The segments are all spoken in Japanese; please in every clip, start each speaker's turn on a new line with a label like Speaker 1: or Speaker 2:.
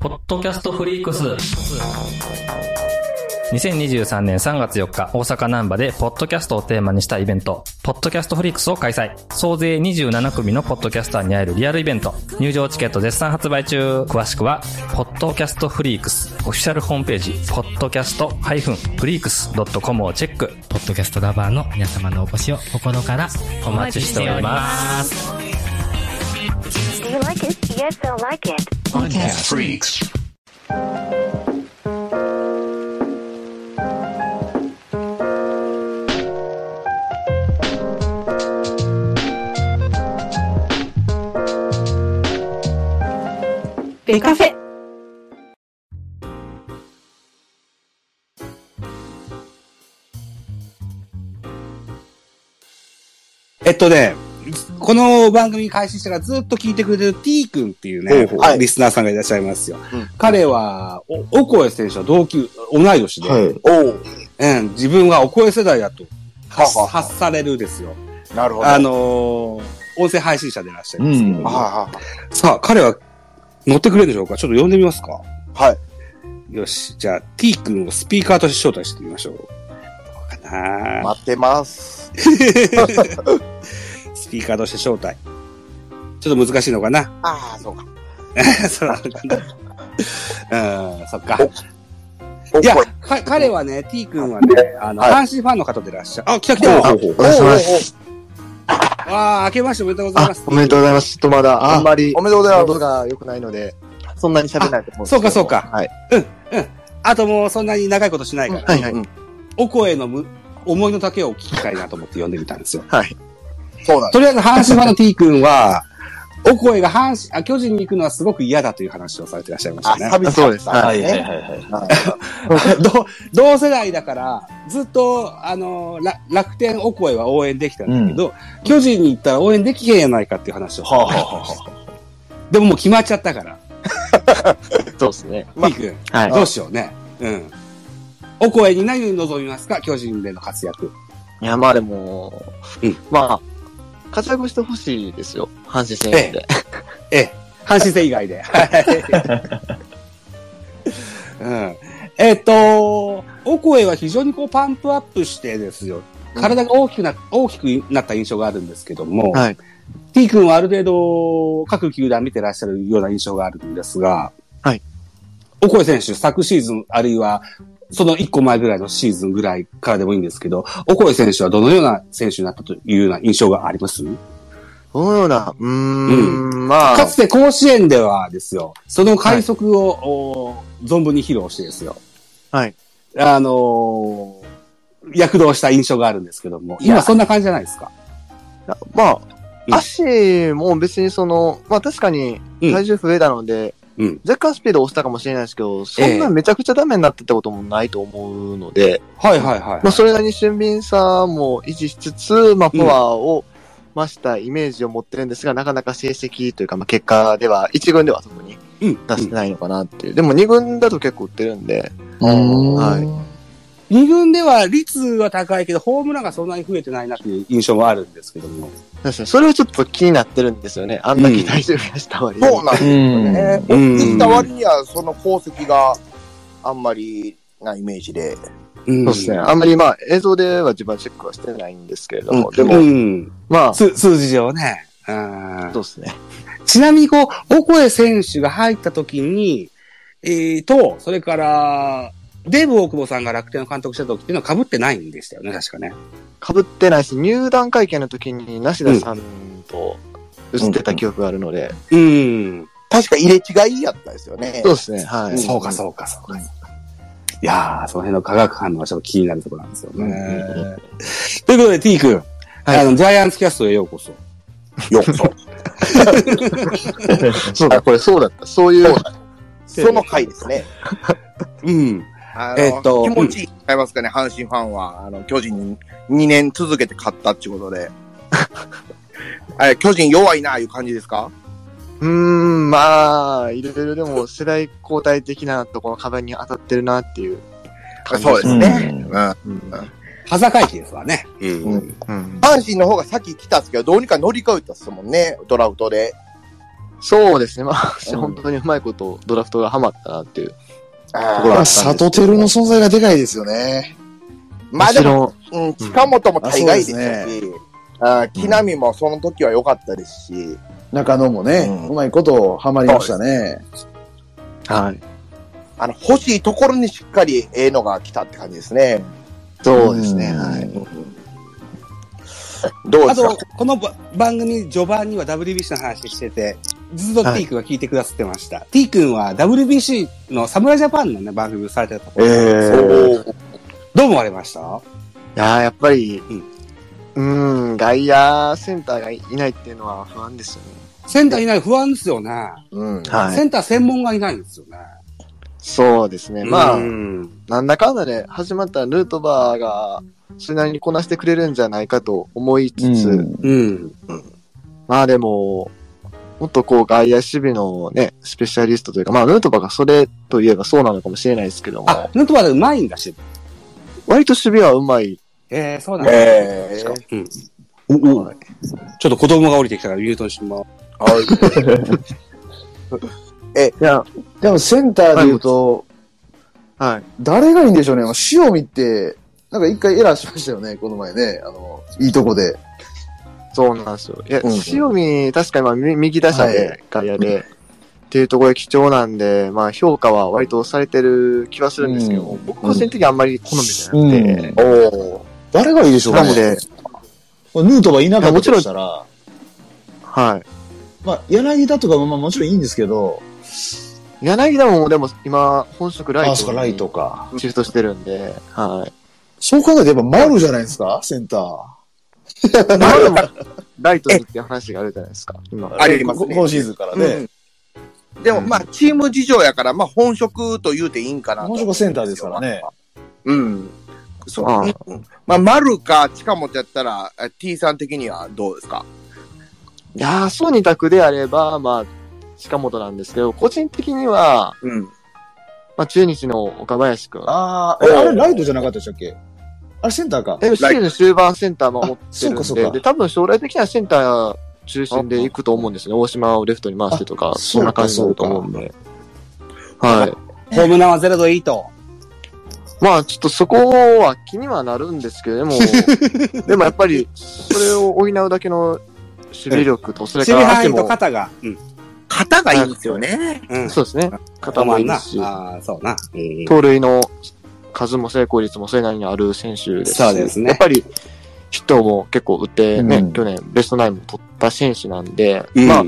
Speaker 1: ポッドキャストフリークス。
Speaker 2: 2023年3月4日、大阪南波で、ポッドキャストをテーマにしたイベント、ポッドキャストフリークスを開催。総勢27組のポッドキャスターに会えるリアルイベント。入場チケット絶賛発売中。詳しくは、ポッドキャストフリークス、オフィシャルホームページ、podcast-freaks.com をチェック。
Speaker 3: ポッドキャストラバーの皆様のお越しを心から
Speaker 2: お待ちしております。
Speaker 4: Do you like it? Yes, I like it.
Speaker 5: Podcast Freaks.
Speaker 6: ベカフェ。
Speaker 7: えっとね、この番組開始してからずっと聞いてくれてる T 君っていう
Speaker 8: ほ
Speaker 7: ね
Speaker 8: うほうはい、
Speaker 7: リスナーさんがいらっしゃいますよ。
Speaker 8: うん
Speaker 7: 彼は、お、おこえ選手は同級、同い年で、
Speaker 8: はい。おう
Speaker 7: うん、自分はおこえ世代だと発
Speaker 8: はあはあ
Speaker 7: 発されるですよ。
Speaker 8: なるほど。
Speaker 7: あ、のー音声配信者でいらっしゃいますけど、
Speaker 5: うん
Speaker 8: は
Speaker 7: さあ、彼は乗ってくれるでしょうかちょっと呼んでみますか
Speaker 8: いはいはい。
Speaker 7: よし、じゃあ T 君をスピーカーとして招待してみましょう。どうかな
Speaker 8: 待ってます。
Speaker 7: スピーカーとして招待。ちょっと難しいのかな
Speaker 8: ああ、そうか。
Speaker 7: そうなんだ。うん、そっか。
Speaker 8: お
Speaker 7: いや、か彼はね、T 君はね、あの、
Speaker 8: はい
Speaker 7: 阪神ファンの方でいらっしゃる。あ、来た来
Speaker 8: おう
Speaker 7: た。
Speaker 5: お願いします。
Speaker 7: ああ、明けましておめでとうござい
Speaker 5: あ
Speaker 7: ます、。
Speaker 5: おめでとうございます。ちょっとまだ、あんまり
Speaker 8: お、めでとうございます
Speaker 5: 喉。が良くないので、そんなに喋れないと思うんですけど。
Speaker 7: あそうかそう
Speaker 5: はい。
Speaker 7: あともうそんなに長いことしないから、
Speaker 5: はいはい。
Speaker 7: お声のむ思いの丈を聞きたいなと思って呼んでみたんですよ。
Speaker 8: そうなんで
Speaker 7: とりあえず、阪神ファンの T 君は、お声が阪神、あ、巨人に行くのはすごく嫌だという話をされていらっしゃいました
Speaker 8: す。
Speaker 7: ね
Speaker 8: あ、。寂し
Speaker 5: そうです。
Speaker 8: は
Speaker 5: はいい。
Speaker 8: はいは
Speaker 7: 同同世代だから、ずっと、あの、ら楽天お声は応援できたんだけど、巨人に行ったら応援できへんやないかっていう話を。
Speaker 5: はあはあは
Speaker 7: でももう決まっちゃったから、
Speaker 5: あそうですね。
Speaker 7: ピー君、
Speaker 5: はい。
Speaker 7: どうしようね。うん。お声に何を望みますか巨人での活躍。
Speaker 5: いや、まあでも
Speaker 7: うん、
Speaker 5: まあ、活躍してほしいですよ。阪神戦で。
Speaker 7: ええ。阪神戦以外で。はい。うん。えっ、と、お声は非常にこうパンプアップしてですよ。体が大きくな、大きくなった印象があるんですけども、
Speaker 5: はい。
Speaker 7: T 君はある程度、各球団見てらっしゃるような印象があるんですが、
Speaker 5: はい。
Speaker 7: お声選手、昨シーズン、あるいは、その一個前ぐらいのシーズンぐらいからでもいいんですけど、お声選手はどのような選手になったというような印象があります
Speaker 5: どのような、うーん、ま
Speaker 7: か
Speaker 5: あ
Speaker 7: つ、て甲子園ではですよ、その快速を、お存分に披露してですよ。
Speaker 5: はい。
Speaker 7: あのー躍動した印象があるんですけども、
Speaker 5: い
Speaker 7: 今
Speaker 5: や
Speaker 7: そんな感じじゃないですか。
Speaker 5: ま
Speaker 7: うん
Speaker 5: あ、足も別にその、まあ確かに
Speaker 7: うん
Speaker 5: 体重増えたので
Speaker 7: うん、
Speaker 5: 若干スピード落ちたかもしれないですけど、そんなめちゃくちゃダメになったってこともないと思うので、
Speaker 7: はいはいはい
Speaker 5: まあそれなりに俊敏さも維持しつつ、まあパワーを増したイメージを持ってるんですが、なかなか成績というか、まあ結果では、一軍では特に
Speaker 7: うん。
Speaker 5: 出してないのかなっていう。でも二軍だと結構売ってるんで、は
Speaker 7: 二軍では率は高いけど、ホームランがそんなに増えてないなっていう印象もあるんですけども。
Speaker 5: い。確かにそれはちょっと気になってるんですよね。あんだけ体重増やした割
Speaker 8: い。
Speaker 5: に。
Speaker 8: そうなんですよね。
Speaker 7: う
Speaker 8: うんん。行った割には、その功績があんまりなイメージで。
Speaker 7: うん
Speaker 5: そうですね。あんまりまあ映像では自分はチェックはしてないんですけれども、で
Speaker 7: う
Speaker 5: も、
Speaker 7: ん。
Speaker 5: まあ、そ
Speaker 7: 数数字上ね。うん
Speaker 5: うですね。
Speaker 7: ちなみにこう、オコエ選手が入った時に、えー、と、それから、デーブ大久保さんが楽天の監督した時っていうのは被ってないんでしたよね、確かね。
Speaker 5: 被ってないし、入団会見の時に梨田さんと映ってた記憶があるので、
Speaker 7: うん。
Speaker 8: 確か入れ違いやったですよね。
Speaker 5: そうですね。はい。
Speaker 7: そうか、そうか、そうか。いやー、その辺の化学反応はちょっと気になるところなんですよ
Speaker 5: うん
Speaker 7: ね。ということで、T 君、
Speaker 5: はい
Speaker 7: あの、ジャイアンツキャストへようこそ。
Speaker 8: よくそう。
Speaker 5: そうだ、これそうだった。そういう、
Speaker 8: その回ですね。
Speaker 7: うん。
Speaker 8: あの
Speaker 7: えっと
Speaker 8: 気持ちいいちゃいますかね、阪神ファンは、あの、巨人に2年続けて勝ったっていうことで。 あれ巨人弱いな、いう感じですか
Speaker 5: うーん、まあ、いろいろでも世代交代的なとこの壁に当たってるなっていう感じ
Speaker 8: そうですね。うん。
Speaker 5: うん。
Speaker 7: 羽会期ですわね。
Speaker 8: うん
Speaker 5: うん。
Speaker 8: 阪神の方が先来たっすけど、どうにか乗り換えたっすもんね、ドラフトで。
Speaker 5: そうですね。まあ、
Speaker 8: うん
Speaker 5: 本当にうまいことドラフトがハマったなっていう。
Speaker 8: あ
Speaker 5: ほ
Speaker 8: ー
Speaker 5: ら
Speaker 1: まあ、サトテルの存在がでかいですよね。
Speaker 8: まあで
Speaker 5: ち
Speaker 8: も、
Speaker 5: ろん、
Speaker 8: うん、近本も大概でし
Speaker 1: あ
Speaker 8: た
Speaker 1: そう
Speaker 8: し、あー木浪もその時は良かったですし、
Speaker 1: 中野もね、
Speaker 8: うん
Speaker 1: うまいことハマりましたね。
Speaker 5: はい。
Speaker 8: あの、欲しいところにしっかりええのが来たって感じですね。
Speaker 5: そうですね。はい。
Speaker 8: どうで
Speaker 7: あ
Speaker 8: すか
Speaker 7: と、このば番組序盤には WBC の話してて、ずっと T 君が聞いてくださってました。T 君は WBC の侍ジャパンのね、番組をされてたと。
Speaker 5: ええ
Speaker 8: そう
Speaker 7: どう思われました
Speaker 5: いやーやっぱり、
Speaker 7: うん
Speaker 5: うん、ん、外野、センターがいないっていうのは不安ですよね。
Speaker 7: センターいない不安ですよね。
Speaker 8: うん。
Speaker 5: は
Speaker 7: セ
Speaker 5: い。
Speaker 7: ンター専門がいないんですよね。
Speaker 5: そうですね。まあ、
Speaker 7: うん
Speaker 5: なんだかんだで始まったルートバーが、それなりにこなしてくれるんじゃないかと思いつつ、
Speaker 1: うん
Speaker 7: うん。
Speaker 5: まあでも、もっとこう外野守備のね、スペシャリストというか、まあヌートバーがそれといえばそうなのかもしれないですけども、
Speaker 7: あ、ヌートバーでうまいんだし。
Speaker 5: 割と守備はうまい。
Speaker 7: えー、そうなんだ。
Speaker 8: えー、
Speaker 7: うん。うんうんちょっと子供が降りてきたから、ミュートにしても
Speaker 5: いや、
Speaker 1: でもセンターで言うと、
Speaker 5: はい。
Speaker 1: 誰がいいんでしょうね。塩見って、なんか一回エラーしましたよね、この前ね。あの、いいとこで。
Speaker 5: そうなんですよ。いや、
Speaker 1: うん
Speaker 5: 塩見、確かにまあみ右打者
Speaker 1: は
Speaker 5: で、外野で、っていうところで貴重なんで、まあ評価は割とされてる気はするんですけど、
Speaker 1: うん
Speaker 5: 僕個人的にあんまり好みじゃなくて、
Speaker 1: うん誰がいいでしょうね。
Speaker 5: なので、
Speaker 1: ヌートバーいなかったとしたら、
Speaker 5: は
Speaker 1: まあ、柳田とかもまあもちろんいいんですけど、
Speaker 5: い。柳田もでも今、本職ライ
Speaker 1: あ、
Speaker 5: ト
Speaker 1: そうか、ライトか。
Speaker 5: にシフトしてるんで、 はい。
Speaker 1: そう考えてやっぱ丸じゃないですか、センター。
Speaker 5: まあでも、ライトにっていう話があるじゃないですか、今。
Speaker 8: ありますね
Speaker 1: こ今シーズンからね。
Speaker 8: うんでも、まあ、チーム事情やから、まあ、本職と言うていいんかなと。
Speaker 1: 本職はセンターですからね。
Speaker 8: うん。そう。
Speaker 5: あ
Speaker 8: うんまあ、丸か近本やったら、え T さん的にはどうですか
Speaker 5: いやー、そう二択であれば、まあ、近本なんですけど、個人的には、
Speaker 8: うん。
Speaker 5: まあ、中日の岡林くん。
Speaker 1: ああ、えあれライトじゃなかったでしたっけあれセンターか。
Speaker 5: でもシーズン終盤センター守ってるん
Speaker 1: あそうかそう
Speaker 5: で、
Speaker 1: か
Speaker 5: で、多分将来的にはセンター中心で行くと思うんですよね。大島をレフトに回してとか
Speaker 1: あ、
Speaker 5: そんな感じになると思うんで。はい。
Speaker 7: ホームランはゼロでいいと。
Speaker 5: まあ、ちょっとそこは気にはなるんですけど、でも、でもやっぱり、それを補うだけの守備力と、それ
Speaker 7: 守
Speaker 5: か
Speaker 7: 備
Speaker 5: ら
Speaker 7: 範
Speaker 5: 足
Speaker 7: 囲と
Speaker 5: も、
Speaker 7: 肩が。うん。
Speaker 8: 肩がいいんですよね。
Speaker 7: うん。
Speaker 5: そうですね。肩もいいし。
Speaker 7: ああ、そうな。うん
Speaker 5: 盗塁の数も成功率もそれなりにある選手ですし
Speaker 7: そうですね
Speaker 5: やっぱりヒットも結構打って、ね
Speaker 1: うん
Speaker 5: 去年ベストナインも取った選手なんで、
Speaker 7: ま
Speaker 5: ま
Speaker 7: あ
Speaker 5: あ、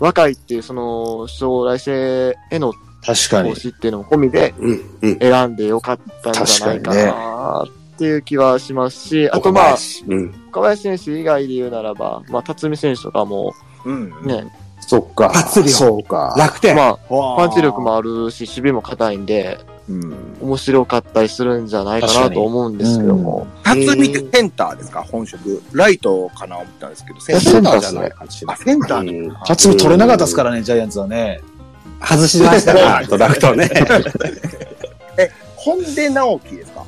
Speaker 5: 若いっていうその将来性への
Speaker 1: 確か
Speaker 5: 投資っていうのも込みで
Speaker 7: うん、うん。
Speaker 5: 選んでよかったんじゃないかなっていう気はしますし、あとまあ、
Speaker 7: うん。
Speaker 5: 岡林選手以外で言うならば、まあ、辰巳選手とかも
Speaker 8: うん。
Speaker 5: ね、
Speaker 1: そっか。
Speaker 7: パツリオ
Speaker 1: そうか。
Speaker 7: 楽天。
Speaker 5: まあ、
Speaker 1: パ
Speaker 5: パンチ力。もあるし、守備も硬いんで、
Speaker 1: うん。
Speaker 5: 面白かったりするんじゃないか
Speaker 1: 確
Speaker 5: な
Speaker 1: かに
Speaker 5: と思うんですけども。
Speaker 8: 辰巳ってセンターですか本職。ライトかな思ったんですけど、センター。
Speaker 5: センター
Speaker 7: じゃないかもしれな
Speaker 8: あ、
Speaker 7: い。
Speaker 8: センターね。
Speaker 7: うん
Speaker 1: 初も取れなかったですからね、ジャイアンツはね。
Speaker 7: 外しま したな、ドラフトね。
Speaker 8: 本出直樹ですか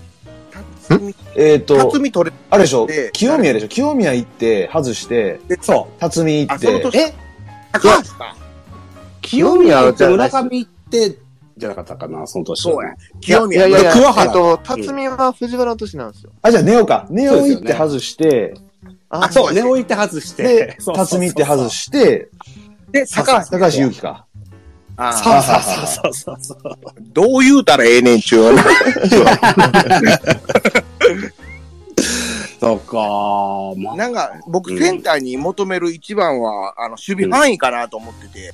Speaker 8: 辰巳
Speaker 1: えっ、ー、と
Speaker 8: 辰、巳取れ、
Speaker 1: あれでしょ
Speaker 8: で、
Speaker 1: 清宮でしょ、清宮行って、外して、
Speaker 7: そ
Speaker 1: 辰巳行っ
Speaker 8: あその年
Speaker 1: て、え
Speaker 8: 高橋
Speaker 7: う。
Speaker 8: か。
Speaker 5: 清宮じゃない
Speaker 7: 村上って、じゃなかったかな、その年。
Speaker 8: そうや。。清
Speaker 5: いや
Speaker 8: 宮
Speaker 5: いやいや、
Speaker 7: 桑原
Speaker 5: えっと、辰巳は藤原の年なんですよ。
Speaker 1: あ、じゃあネオか。ネオ
Speaker 7: そうです
Speaker 1: 行
Speaker 7: よ
Speaker 1: っ
Speaker 7: ね
Speaker 1: て外して、
Speaker 5: あ
Speaker 7: そう、ね、置いて外して
Speaker 1: で。、辰巳って
Speaker 7: し
Speaker 1: 外して、
Speaker 8: で、高橋。
Speaker 1: 高橋祐希か。
Speaker 8: あー
Speaker 7: そうそうそうそうそう。
Speaker 8: どう言うたらええねんちゅう。
Speaker 7: そうか、まあ。
Speaker 8: なんか、僕、センターに求める一番は、あの、守備範囲かなと思ってて、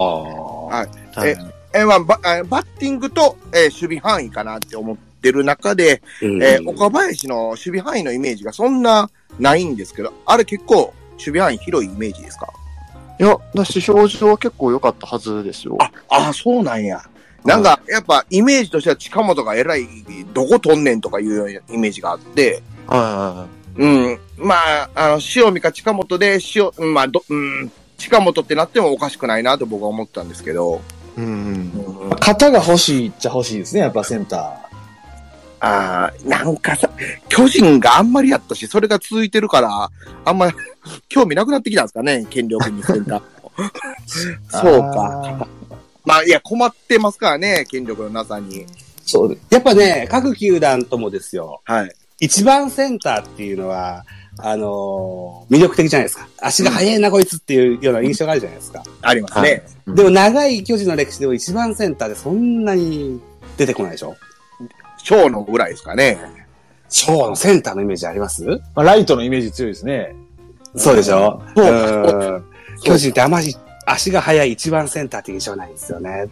Speaker 7: あ
Speaker 8: あええまあバえバッティングと、えー守備範囲かなって思ってる中で、えー岡林の守備範囲のイメージがそんなないんですけど、あれ結構、守備範囲広いイメージですか
Speaker 5: いや、だから指標上は結構良かったはずですよ。
Speaker 8: あ、あ、そうなんや。なんか、やっぱ、イメージとしては近本が偉い、どこ飛んねんとかいうようなイメージがあって、
Speaker 5: は
Speaker 8: うん。まあ、あの、塩見か近本で、塩、うんまあ、ど、うん、近本ってなってもおかしくないなと僕は思ったんですけど、
Speaker 5: いはいはい。うん。
Speaker 8: うん
Speaker 1: 肩が欲しいっちゃ欲しいですね、やっぱセンタ
Speaker 8: ああ、なんかさ、巨人があんまりや ったし、それが続いてるから、あんま興味なくなってきたんですかね、権力にセンター。
Speaker 5: そうか。
Speaker 8: まあ、いや、困ってますからね、権力のなさに。
Speaker 7: そうです。やっぱね、各球団ともですよ、
Speaker 8: はい。
Speaker 7: 一番センターっていうのは、あのー魅力的じゃないですか。足が速いな、こいつっていうような印象があるじゃないですか。
Speaker 8: ありますね。
Speaker 1: うん
Speaker 7: でも長い巨人の歴史でも一番センターでそんなに出てこないでしょ
Speaker 8: 小、のぐらいですかね。
Speaker 7: ショーのセンターのイメージあります
Speaker 6: まあ、ライトのイメージ強いですね。
Speaker 7: そうでしょう
Speaker 5: うん
Speaker 7: ん。巨人ってあまり足が速い一番センターって印象ないんですよね。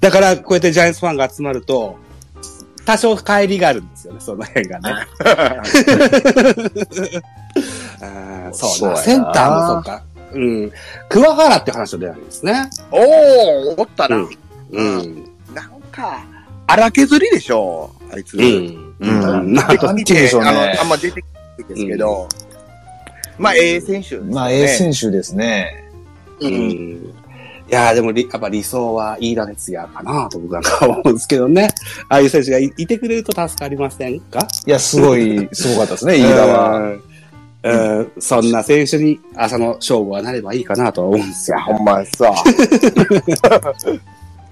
Speaker 7: だから、こうやってジャイアンツファンが集まると、多少帰りがあるんですよね、その辺が ね。あーそうだ、
Speaker 1: そう
Speaker 7: セ
Speaker 1: や
Speaker 7: ン
Speaker 1: な
Speaker 7: ターもそうか。うん。桑原って話を出ないんですね。
Speaker 8: おー、おったな。
Speaker 7: うんうん。
Speaker 8: なんか、荒削りでしょう、あいつ。
Speaker 7: うん。
Speaker 1: うん
Speaker 7: な
Speaker 8: できて
Speaker 1: でしょうね
Speaker 8: あの、あんま出てきてないですけど、まあ、A 選手、
Speaker 1: まあ、ええ選手ですね。
Speaker 7: うん。いやーでもり、やっぱ理想は飯田哲也かなと僕なんか思うんですけどね。ああいう選手がいいてくれると助かりませんか
Speaker 1: いや、すご い、すごかったですね、飯田は。
Speaker 7: うん。うんそんな選手に浅野翔吾はなればいいかなとは思うんですよ。
Speaker 8: ほんまにさ、阪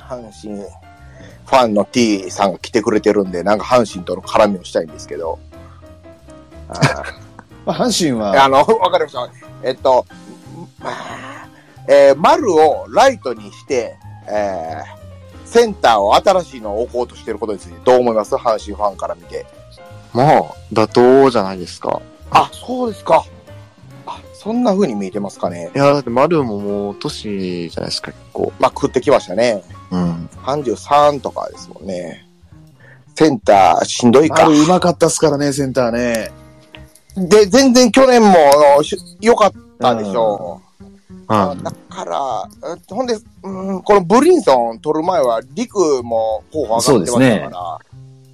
Speaker 8: 神ファンの T さんが来てくれてるんで、なんか阪神との絡みをしたいんですけど。あー
Speaker 1: まあ、阪神は、
Speaker 8: あの、 わかりました。えっと、まあえー丸をライトにして、えーセンターを新しいのを置こうとしてることについて、どう思います阪神ファンから見て。
Speaker 5: まあ、妥当じゃないですか。
Speaker 8: あ、そうですか。あ、そんな風に見えてますかね。
Speaker 5: いや、だって丸ももう年じゃないですか、結構。
Speaker 8: まあ、食ってきましたね。
Speaker 1: うん。
Speaker 8: 33とかですもんね。センターしんどいか。
Speaker 1: 丸うまかったっすからね、センターね。
Speaker 8: で、全然去年もあのし良かったでしょ
Speaker 5: は
Speaker 8: だから、うんほんで、うん、このブリンソン取る前は、リクも候補上がってましたか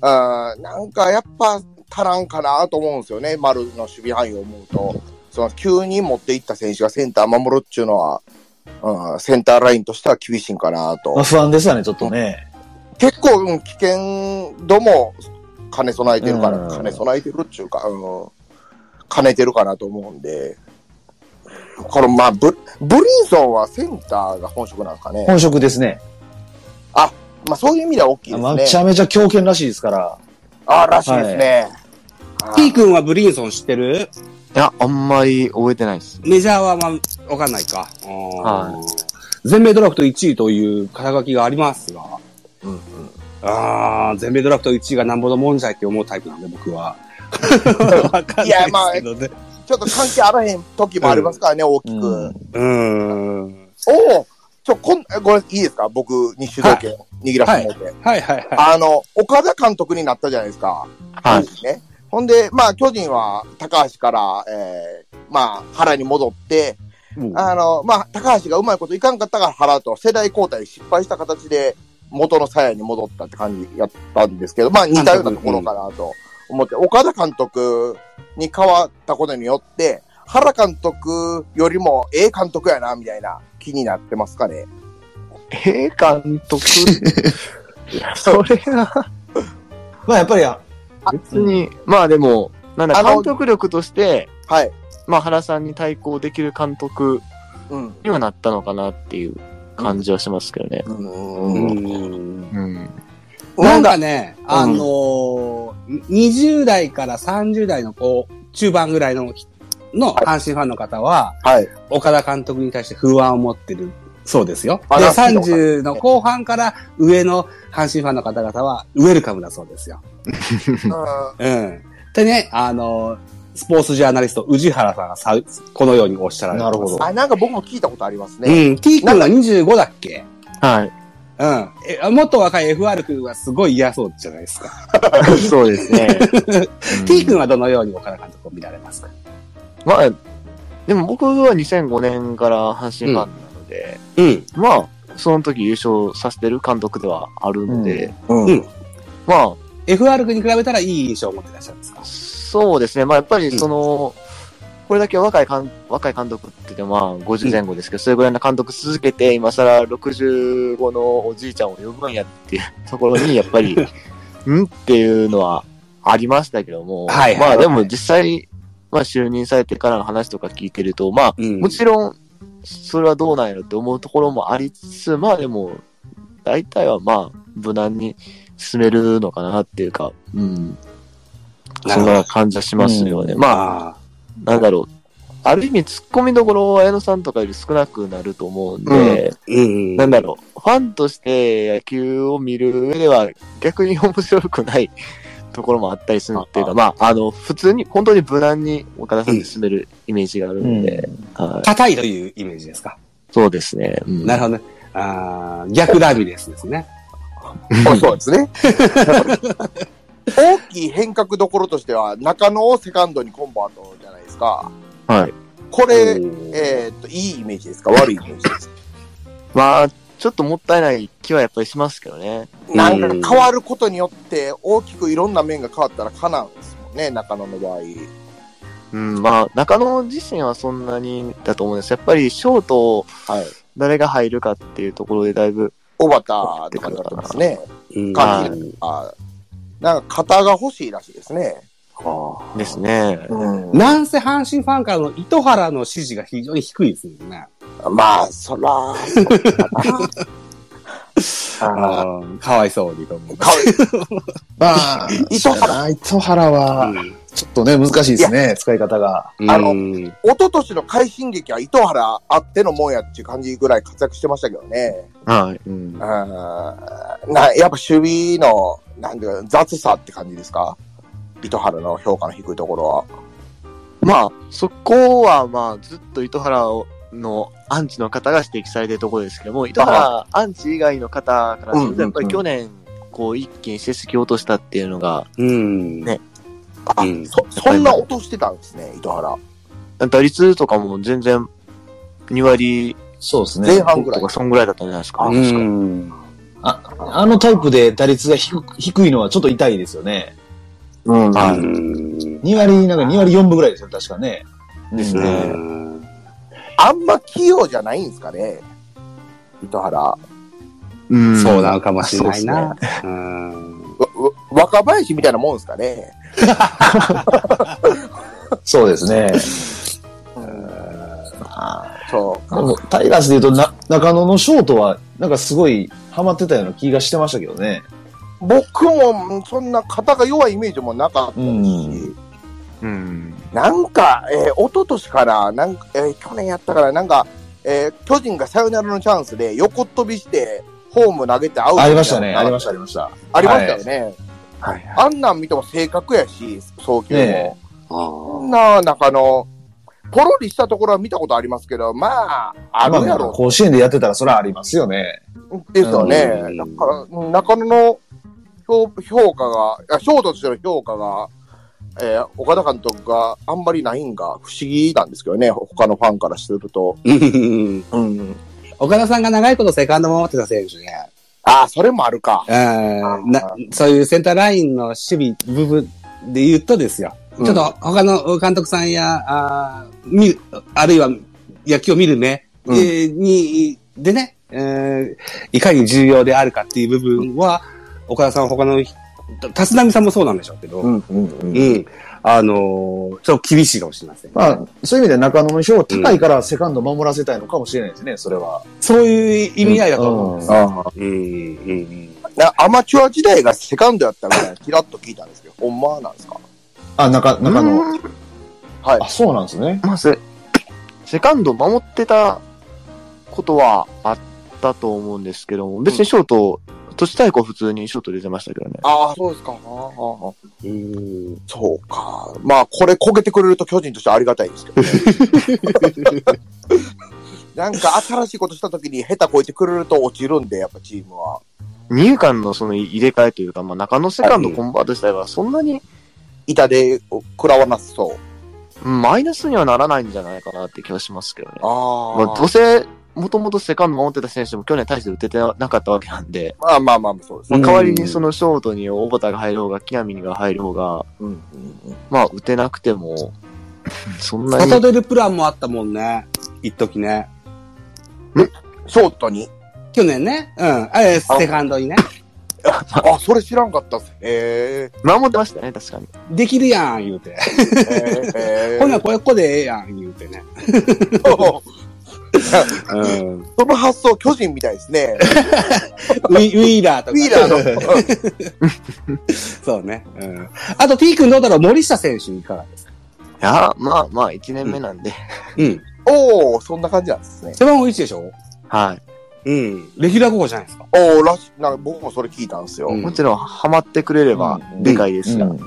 Speaker 8: ら、うん、なんかやっぱ足らんかなと思うんですよね、丸の守備範囲を思うと。その急に持っていった選手がセンター守るっていうのは、うん、センターラインとしては厳しいんかなと
Speaker 1: まあ、。不安でしたね、ちょっとね。
Speaker 8: 結構、うん、危険度も兼ね備えてるか
Speaker 1: う
Speaker 8: ら、
Speaker 1: ん
Speaker 8: 兼ね備えてるっていうか、うん、兼ねてるかなと思うんで、この、まあ、ブブリンソンはセンターが本職なんですかね。
Speaker 1: 本職ですね。
Speaker 8: まあ、そういう意味では大きいですね。
Speaker 1: めちゃめちゃ強肩らしいですから。
Speaker 8: あらしいですね。あ
Speaker 7: T 君はブリンソン知ってる
Speaker 5: い。いや、あんまり覚えてないです。
Speaker 7: メジャーはまあ、わかんないか。
Speaker 5: は
Speaker 7: 全米ドラフト1位という肩書きがありますが。ああ、全米ドラフト1位がなんぼのもんじゃいって思うタイプなんで、僕は。 わかんないですけどね。
Speaker 8: ちょっと関係あらへん時もありますからね、大きく。
Speaker 1: うん
Speaker 7: うーん。
Speaker 8: おおちょ、こん、ごめん、いいですか僕、日主導権握らせてもらって。
Speaker 7: はいはいはい。
Speaker 8: あの、岡田監督になったじゃないですか。
Speaker 5: はい
Speaker 8: 巨人ね。ほんで、まあ、巨人は高橋から、えーまあ、原に戻って、
Speaker 7: うん
Speaker 8: あの、まあ、高橋がうまいこといかんかったから原と世代交代失敗した形で元の鞘に戻ったって感じやったんですけど、まあ、似たようなところかなと思って、岡田監督に変わったことによって、原監督よりもええ監督やな、みたいな気になってますかね。
Speaker 5: ええ監督。それは、
Speaker 1: まあ、やっぱり、あ
Speaker 5: 別に、まあでも、なんだ、
Speaker 8: あの
Speaker 5: 監督力として、
Speaker 8: はい。
Speaker 5: まあ原さんに対抗できる監督
Speaker 8: うん。
Speaker 5: にはなったのかなっていう感じはしますけどね。
Speaker 8: うん。
Speaker 5: うん。
Speaker 7: なんかね、
Speaker 8: ん
Speaker 7: あのー、20代から30代のこう、中盤ぐらいの、の阪神ファンの方は、
Speaker 8: はい。
Speaker 7: 岡田監督に対して不安を持ってるそうですよ。
Speaker 8: あ
Speaker 7: で、
Speaker 8: なるほど
Speaker 7: 30の後半から上の阪神ファンの方々は、ウェルカムだそうですよ。うん。でね、あのー、スポーツジャーナリスト、宇治原さんがさこのようにおっしゃられてます。
Speaker 1: なるほど
Speaker 8: あ、なんか僕も聞いたことありますね。
Speaker 7: うん、T 君が25だっけ
Speaker 5: はい。
Speaker 7: うん。え、もっと若い FR 君はすごい嫌そうじゃないですか。
Speaker 5: そうですね。うん
Speaker 7: T 君はどのように岡田監督を見られますか
Speaker 5: まあ、でも僕は2005年から阪神ファンなので、
Speaker 7: うん。
Speaker 5: まあ、その時優勝させてる監督ではあるんで、
Speaker 8: うん
Speaker 7: うん
Speaker 5: ま
Speaker 7: FR 君に比べたらいい印象を持ってらっしゃるんですか
Speaker 5: あ、そうですね。まあ、やっぱりその、これだけ若い監、若い監督って言ってもまあ、50前後ですけど、それぐらいの監督続けて、今更65のおじいちゃんを呼ぶんやっていうところに、やっぱ り、んっていうのはありましたけども、
Speaker 7: はいはい
Speaker 5: まあ、でも実際、まあ、就任されてからの話とか聞いてると、まあ、
Speaker 7: うん
Speaker 5: もちろん、それはどうなんやろって思うところもありつつ、まあでも、大体はまあ、無難に進めるのかなっていうか、うん。
Speaker 7: なる
Speaker 5: そ
Speaker 7: ほど
Speaker 5: んな感じはしますよね。まあ、
Speaker 7: あ
Speaker 5: なんだろう。ある意味、突っ込みどころは綾野さんとかより少なくなると思うんで、
Speaker 7: ー、うん。
Speaker 5: なんだろう。ファンとして野球を見る上では逆に面白くない ところもあったりするっていうか、まあ、あの、普通に、本当に無難に岡田さんで進めるイメージがあるので、はい。
Speaker 7: 硬いというイメージですか。
Speaker 5: そうですね。うん
Speaker 7: なるほどね。あー逆ラミレスですね。
Speaker 8: あそうですね。 大きい変革どころとしては、中野をセカンドにコンバートじゃないですか。
Speaker 5: はい。
Speaker 8: これ、
Speaker 7: うん
Speaker 8: えーっと、いいイメージですか悪いイメージですか
Speaker 5: まあ、ちょっともったいない気はやっぱりしますけどね。
Speaker 8: なんか変わることによって、大きくいろんな面が変わったらかなんですもんね、中野の場合。
Speaker 5: うん、まあ、中野自身はそんなにだと思うんです。やっぱりショートを
Speaker 8: はい。
Speaker 5: 誰が入るかっていうところでだいぶ、
Speaker 8: 小畑とかだったんですね。
Speaker 7: うん
Speaker 8: 感
Speaker 5: じ
Speaker 7: うん
Speaker 8: あなんか型が欲しいらしいですね。
Speaker 5: ですね。
Speaker 8: うん
Speaker 7: なんせ阪神ファンからの糸原の支持が非常に低いですよね。
Speaker 8: まあ、そら、
Speaker 7: あーかわいそうにと思う。
Speaker 8: かわいい。
Speaker 1: ま あ、
Speaker 8: 糸原
Speaker 1: そうやな糸原は、ちょっとね、難しいですね、使い方が。
Speaker 7: うん
Speaker 8: あの
Speaker 7: うん
Speaker 8: 一昨年の快進撃は糸原あってのもんやっていう感じぐらい活躍してましたけどね。
Speaker 5: はい。うん
Speaker 8: うん。な、やっぱ守備の、なんていうか、雑さって感じですか糸原の評価の低いところは。
Speaker 5: まあ、そこはまあ、ずっと糸原のアンチの方が指摘されてるところですけども、糸原アンチ以外の方からすると、やっぱり去年、こう、一気に成績を落としたっていうのが、
Speaker 7: うん。
Speaker 5: ね
Speaker 8: あ、
Speaker 7: うん
Speaker 8: そ、そんな落としてたんですね、糸原。
Speaker 5: 打率とかも全然、2割
Speaker 9: そうです
Speaker 8: 前
Speaker 9: ね。
Speaker 8: 半ぐらい
Speaker 5: とか、。そんぐらいだったんじゃないですか。
Speaker 7: うん。
Speaker 9: あのタイプで打率が低く低いのはちょっと痛いですよね。
Speaker 5: うん
Speaker 7: う
Speaker 5: はい。
Speaker 7: ん
Speaker 9: 2割、なんか2割4分ぐらいですよ、確かね。
Speaker 5: です
Speaker 7: う
Speaker 5: ね。
Speaker 7: ん
Speaker 8: あんま器用じゃないんですかね糸原。わ、
Speaker 5: うん
Speaker 7: そうなのかもしれない
Speaker 5: そう
Speaker 7: な。うん
Speaker 8: わ若林みたいなもんですかね
Speaker 9: そうですね。
Speaker 8: そう。
Speaker 9: でもタイガースで言うとな、中野のショートは、なんかすごいハマってたような気がしてましたけどね。
Speaker 8: 僕もそんな肩が弱いイメージもなかったですし、
Speaker 9: う
Speaker 5: うん。
Speaker 8: なんか、えー、一昨年から、なんか、えー去年やったから、なんか、えー巨人がサヨナラのチャンスで横っ飛びして、ホーム投げてアウト
Speaker 9: ありましたね。ありましたた、ありました。
Speaker 8: ありましたよね。
Speaker 5: はい。
Speaker 8: あんなん見ても正確やし、送球も。
Speaker 9: ね
Speaker 8: そんな、中の、ポロリしたところは見たことありますけど、まあ、あ
Speaker 9: ま
Speaker 8: るや
Speaker 9: あ、
Speaker 8: ろ
Speaker 9: 甲子園でやってたらそれはありますよね。
Speaker 8: ですよね。
Speaker 7: うん
Speaker 8: だから、うん中野の評評価が、あショートとしての評価が、えー岡田監督があんまりないんが不思議なんですけどね、他のファンからすると。
Speaker 7: うん
Speaker 8: うん。
Speaker 7: 岡田さんが長いことセカンド守ってた選手ね。
Speaker 8: ああ、それもあるか。
Speaker 7: うんなそういうセンターラインの守備部分で言うとですよ。ち
Speaker 8: うん
Speaker 7: ょっと他の監督さんや、あー見るあるいは野球を見る目、
Speaker 8: うん
Speaker 7: えーに、でね、えーいかに重要であるかっていう部分は、岡田さんは他の、立浪さんもそうなんでしょうけど、うん、
Speaker 9: ん、うん、うん。
Speaker 7: あのーちょっと厳しいかもしれませんね、
Speaker 9: まあ、そういう意味で中野の票高いからセカンド守らせたいのかもしれないですね、それは。
Speaker 7: そういう意味合いだと思うんですよ。
Speaker 8: ああ。
Speaker 7: うんうん
Speaker 8: なアマチュア時代がセカンドやったみたいな、キラッと聞いたんですけど、ほんまなんですか
Speaker 9: あ、中、中野。
Speaker 8: はい
Speaker 9: あ、。そうなんですね。
Speaker 5: まず、セカンド守ってたことはあったと思うんですけども、別にショート、都市対抗普通にショート出てましたけどね。
Speaker 8: ああ、そうですか。ああああ
Speaker 7: うん
Speaker 8: そうか。まあ、これ焦げてくれると巨人としてはありがたいですけどね。 なんか新しいことしたときに下手こいてくれると落ちるんで、やっぱチームは。
Speaker 5: 二遊間のその入れ替えというか、まあ中野セカンドコンバート自体はそんなに
Speaker 8: 板で食らわなそう。
Speaker 5: うんマイナスにはならないんじゃないかなって気はしますけどね。
Speaker 8: あ
Speaker 5: まあどうせ、もともとセカンド守ってた選手も去年大して打ててなかったわけなんで、
Speaker 8: まあまあまあ、そうです
Speaker 5: ま
Speaker 8: ね。
Speaker 5: あ代わりにそのショートに小畑が入る方が、木南が入る方が、まあ打てなくても、そんなに。
Speaker 7: 外出るプランもあったもんね。一時ね。
Speaker 8: ショートに。
Speaker 7: 去年ね。うん。あれ、セカンドにね。
Speaker 8: あ、それ知らんかったっす。へ
Speaker 5: 守ってましたね、確かに。
Speaker 7: できるやん、言うて。
Speaker 8: え。へえ
Speaker 7: ほな、これ、ここでええやん、言うてね。うん。ウ
Speaker 8: その発想、巨人みたいですね。
Speaker 7: ィウィーラーとか。
Speaker 8: ウィーラーの。 うん
Speaker 7: そうね。うん。あと T 君どうだろう森下選手いかがですか
Speaker 5: や、まあまあ、1年目なんで。
Speaker 7: うん。
Speaker 8: おおそんな感じなんですね。
Speaker 7: 背番号1でしょ
Speaker 5: はい。
Speaker 7: うん。レギュラー候補じゃないですか。
Speaker 8: おおらし、なんか僕もそれ聞いたんですよ。
Speaker 7: うん
Speaker 5: もちろん、ハマってくれれば、でかいですが、
Speaker 7: うん。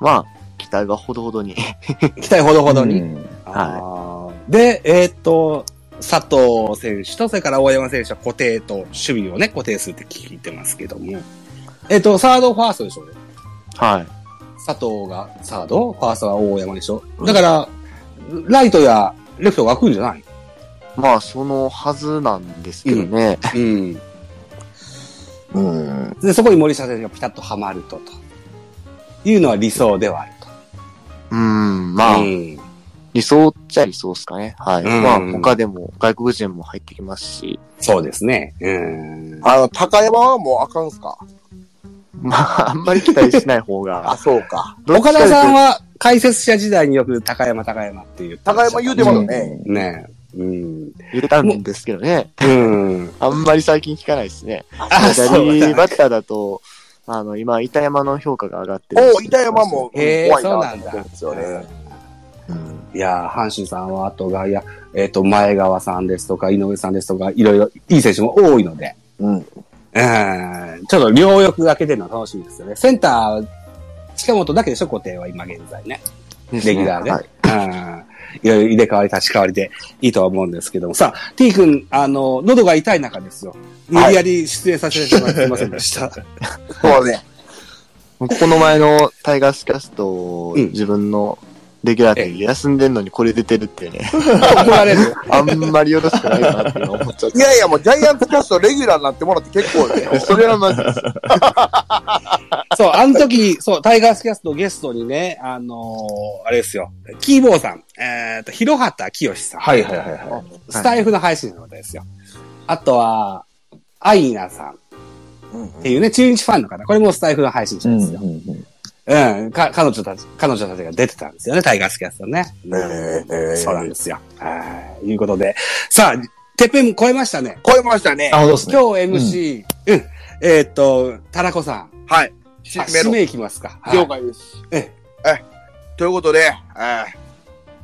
Speaker 5: まあ、期待がほどほどに。
Speaker 7: 期待ほどほどに。
Speaker 9: うん
Speaker 7: あーで、えーっと、佐藤選手と、それから大山選手は固定と、守備をね、固定するって聞いてますけども。えーっと、サード、ファーストでしょうね。
Speaker 5: はい。
Speaker 7: 佐藤がサード、ファーストは大山でしょ。だから、ライトやレフトが空くんじゃない
Speaker 5: まあ、そのはずなんですけどね。
Speaker 7: うん。
Speaker 1: うん。
Speaker 7: で、そこに森下選手がピタッとはまると、というのは理想ではあると。
Speaker 5: うーん、まあ、
Speaker 7: うん。
Speaker 5: 理想っちゃ理想ですかね。はい。
Speaker 7: うん
Speaker 5: まあ、他でも外国人も入ってきますし、
Speaker 7: そうですね。うん。
Speaker 8: あの、高山はもうあかんすか
Speaker 5: まあ、あんまり期待しない方
Speaker 8: あ、
Speaker 5: が。
Speaker 8: そうか。
Speaker 7: 岡田さんは解説者時代によく高山高山っていう。
Speaker 8: 高山言うてますね。
Speaker 7: ねえ。うん。
Speaker 5: 言えたんですけどね。
Speaker 7: うん。
Speaker 5: あんまり最近聞かないですね。
Speaker 7: あ、そう
Speaker 5: 左
Speaker 7: だ。
Speaker 5: バッターだと、あの、今、板山の評価が上がってるんです
Speaker 8: おお
Speaker 5: けど
Speaker 8: 板山もうん
Speaker 7: へえ
Speaker 8: 怖い
Speaker 7: そう
Speaker 8: な
Speaker 7: なんだ
Speaker 8: と思うんですよね。
Speaker 7: いやー阪神さんは、あと外野、えっ、と、前川さんですとか、井上さんですとか、いろいろいい選手も多いので、
Speaker 1: うん。
Speaker 7: うん、ちょっと両翼がけてるのは楽しみですよね。センター、近本だけでしょ、固定は今現在ね。レギュラーで。
Speaker 5: はい
Speaker 7: うん。いろいろ入れ替わり、立ち替わりでいいとは思うんですけども。さあ、T 君、あの、喉が痛い中ですよ。無理やり出演させてもらってすいませんで した。
Speaker 8: そうね。
Speaker 5: この前のタイガースキャストを
Speaker 7: うん
Speaker 5: 自分のレギュラーで休んでんのにこれ出てるってね、
Speaker 7: 怒られる。
Speaker 5: あんまりよろしくないかなっていうのは思っちゃっ
Speaker 8: いやいや、もうジャイアンツキャストレギュラーになってもらって結構 ね。
Speaker 5: て。それはまずです。
Speaker 7: そう、あの時、そう、タイガースキャストゲストにね、あのーあれですよ、キーボーさん、えっ、と、広畑清さん、
Speaker 9: はいはいはいは
Speaker 7: スタイフの配信者の方ですよ。あとは、アイナさんっていうね、中日ファンの方、これもスタイフの配信
Speaker 9: い。
Speaker 7: 者ですよ。うん、か彼女たち、彼女たちが出てたんですよね、タイガースキャストね。そうなんですよ。はい、いうことで。さあ、てっぺん超えましたね。
Speaker 8: 超えましたね。
Speaker 9: あ、ほどですね。
Speaker 7: 今日 MC、うん、えっ、と、タラコさん。
Speaker 8: はい。
Speaker 7: あ
Speaker 8: 締め
Speaker 7: 締
Speaker 8: ろ。
Speaker 7: めいきますか。はい
Speaker 8: 了解です。
Speaker 7: ええ
Speaker 8: ということで、えー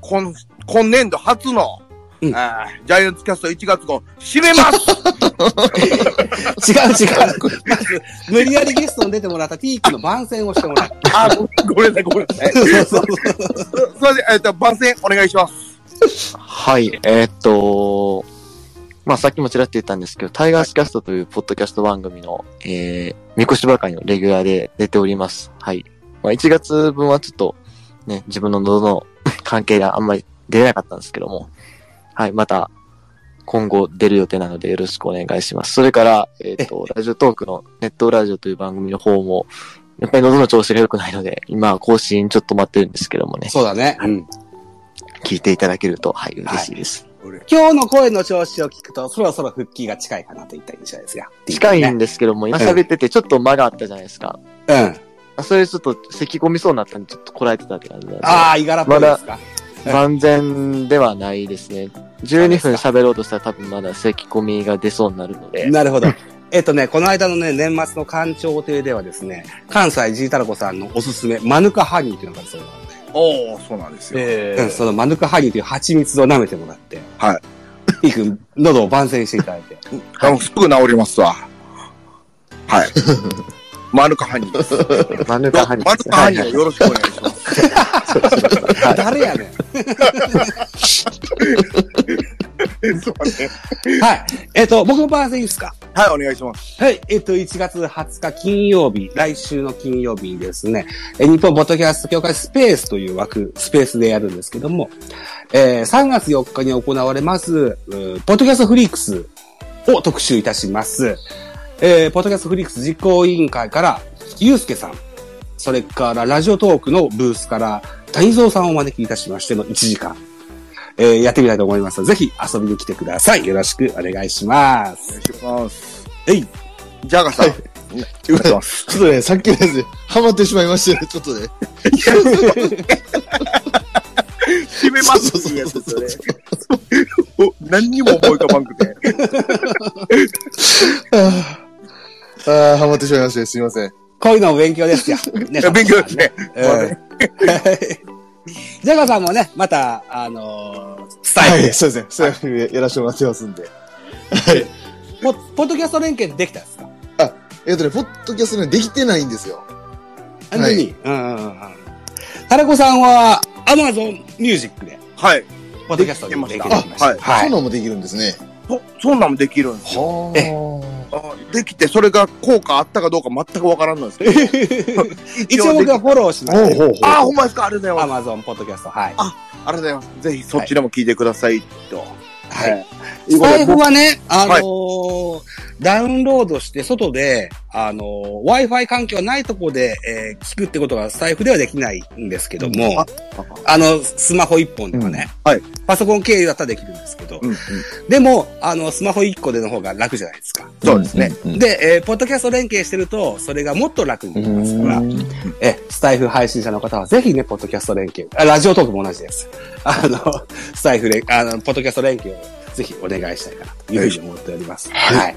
Speaker 8: 今、今年度初の、
Speaker 7: うん
Speaker 8: えージャイアンツキャスト1月号、締めます
Speaker 7: 違う違う。まず、無理やりゲストに出てもらった T 君の番宣をしてもらう。
Speaker 8: あ、ごごめんなさい、ごめんなさい。
Speaker 7: そうそうそう。
Speaker 8: すすいません、えっ、と、番宣お願いします。
Speaker 5: はい、えーっと、まあ、さっきもちらっと言ったんですけど、タイガースキャストというポッドキャスト番組の、えー、みこしばかりのレギュラーで出ております。はい。まあ、1月分はちょっと、ね、自分の喉の 関係があんまり出なかったんですけども、はい、また、今後出る予定なのでよろしくお願いします。それから、えーっと、ラジオトークのネットラジオという番組の方も、やっぱり喉の調子が良くないので、今は更新ちょっと待ってるんですけどもね、
Speaker 7: そうだね。うん。
Speaker 5: 聞いていただけると、はい、嬉しいです。
Speaker 7: 今日の声の調子を聞くと、そろそろ復帰が近いかなといった印象ですよ。
Speaker 5: 近いん
Speaker 7: で。
Speaker 5: ですけども、今喋っててちょっと間があったじゃないですか。
Speaker 7: うん。
Speaker 5: あそれちょっと咳込みそうになったんで、ちょっとこらえてたって感じなんで。
Speaker 7: ああ、いがらっぽいですか。
Speaker 5: 万全ではないですね。12分喋ろうとしたら多分まだ咳込みが出そうになるので。
Speaker 7: なるほど。 えっとね、この間のね、年末の官庁亭ではですね、関西ジータラコさんのおすすめ、マヌカハニーというのがあるそうなんで
Speaker 8: おおそうなんですよ。
Speaker 9: え
Speaker 7: うん、そのマヌカハニーという蜂蜜を舐めてもらって、。
Speaker 8: はい
Speaker 7: T 君、喉を番宣していただいて。
Speaker 8: あのすぐ治りますわ。はい。マルカハニーです。
Speaker 5: マヌカ
Speaker 8: マ
Speaker 5: ハニ
Speaker 8: ルカハニー
Speaker 5: は
Speaker 8: を
Speaker 5: い
Speaker 8: よろしくお願いします。
Speaker 7: 誰やねん。
Speaker 8: そうね
Speaker 7: はい。えっ、と、僕の番宣いいですか
Speaker 8: はい、お願いします。
Speaker 7: はい。えっ、と、1月20日金曜日、来週の金曜日にですね、えー日本ポッドキャスト協会スペースという枠、スペースでやるんですけども、えー3月4日に行われます、うーポッドキャストフリークスを特集いたします。えーポッドキャストフリークス実行委員会から、ゆうすけさん、それからラジオトークのブースから、谷蔵さんをお招きいたしましての1時間、えーやってみたいと思いますので、ぜひ遊びに来てください。よろしくお願いしま
Speaker 8: お
Speaker 7: す。
Speaker 8: 願いします。
Speaker 7: えい。
Speaker 8: ジャガさん。
Speaker 1: ちょっ とね、さっきのやつで、 ハマってしまいましたよね、ちょっとね。
Speaker 8: 締めますっていうやつですよね。 お何にも思い浮かばんくて。
Speaker 1: ああ、ハマってしまいました。すいません。
Speaker 7: こういうのも勉強 ですよ。ね
Speaker 8: 勉強ですね。
Speaker 7: うんはいジャガーさんも ね、また、あのー伝
Speaker 1: は
Speaker 7: え
Speaker 1: い、そうですね。そういうふうにやらせてもらってますんで。はい。
Speaker 7: て、ポポッドキャスト連携できたんですか
Speaker 1: えっとね、ポッドキャストね、できてないんですよ。
Speaker 7: 本当に。うんうんうんうん。タラコさんは、アマゾンミュージックで、
Speaker 8: はい。
Speaker 7: ポッドキャスト連携できました。
Speaker 8: はい
Speaker 1: そ
Speaker 7: は
Speaker 1: ん
Speaker 7: い。
Speaker 1: なんもできるんですね。
Speaker 8: そ、そんなんもできるんですよ。
Speaker 1: は
Speaker 7: え
Speaker 8: あできて、それが効果あったかどうか全くわからんのですけ ど。
Speaker 7: 一応僕はフォ
Speaker 8: でき
Speaker 7: ローしま
Speaker 1: ほう
Speaker 7: す
Speaker 1: ほうほう。
Speaker 8: ああ、ほんまですか。ありがとうござ
Speaker 7: ア
Speaker 8: います。
Speaker 7: マゾンポッドキャスト。はい。
Speaker 8: ありがとうございます。ぜひそっちでも聞いてくださいと。
Speaker 7: はい。
Speaker 8: い
Speaker 7: スタイフはね、あの
Speaker 8: はい
Speaker 7: ーダウンロードして外で、あのー Wi-Fi 環境ないとこで、えー聞くってことがスタイフではできないんですけども、あの、スマホ一本ではね、
Speaker 8: うんはい
Speaker 7: パソコン経由だったらできるんですけど、
Speaker 8: うんうん
Speaker 7: でも、あの、スマホ一個での方が楽じゃないですか。
Speaker 8: そうですね。
Speaker 7: で、えーポッドキャスト連携してると、それがもっと楽になりますから、え、スタイフ配信者の方はぜひね、ポッドキャスト連携、あラジオトークも同じです。あの、スタイフ連、 あの、ポッドキャスト連携をぜひお願いしたいかなというふうに思っております。はい。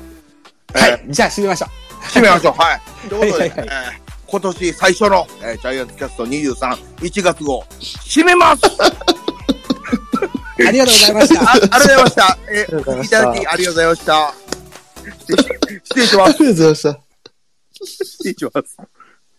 Speaker 7: はい。じゃあ、閉めましょ
Speaker 8: 締めましょう。はい。という
Speaker 7: は
Speaker 8: ことで、
Speaker 7: いはい
Speaker 8: えー今年最初の、えージャイアンツキャスト23、1月号、締めます
Speaker 7: う。ありがとうございました。
Speaker 8: あありがとうございました。
Speaker 9: り
Speaker 8: え
Speaker 9: がとうござい
Speaker 8: ー、
Speaker 9: ま
Speaker 8: い
Speaker 9: した
Speaker 8: ただきありがとうございました。失礼失礼します。
Speaker 1: りがとうございました。
Speaker 8: 失礼します。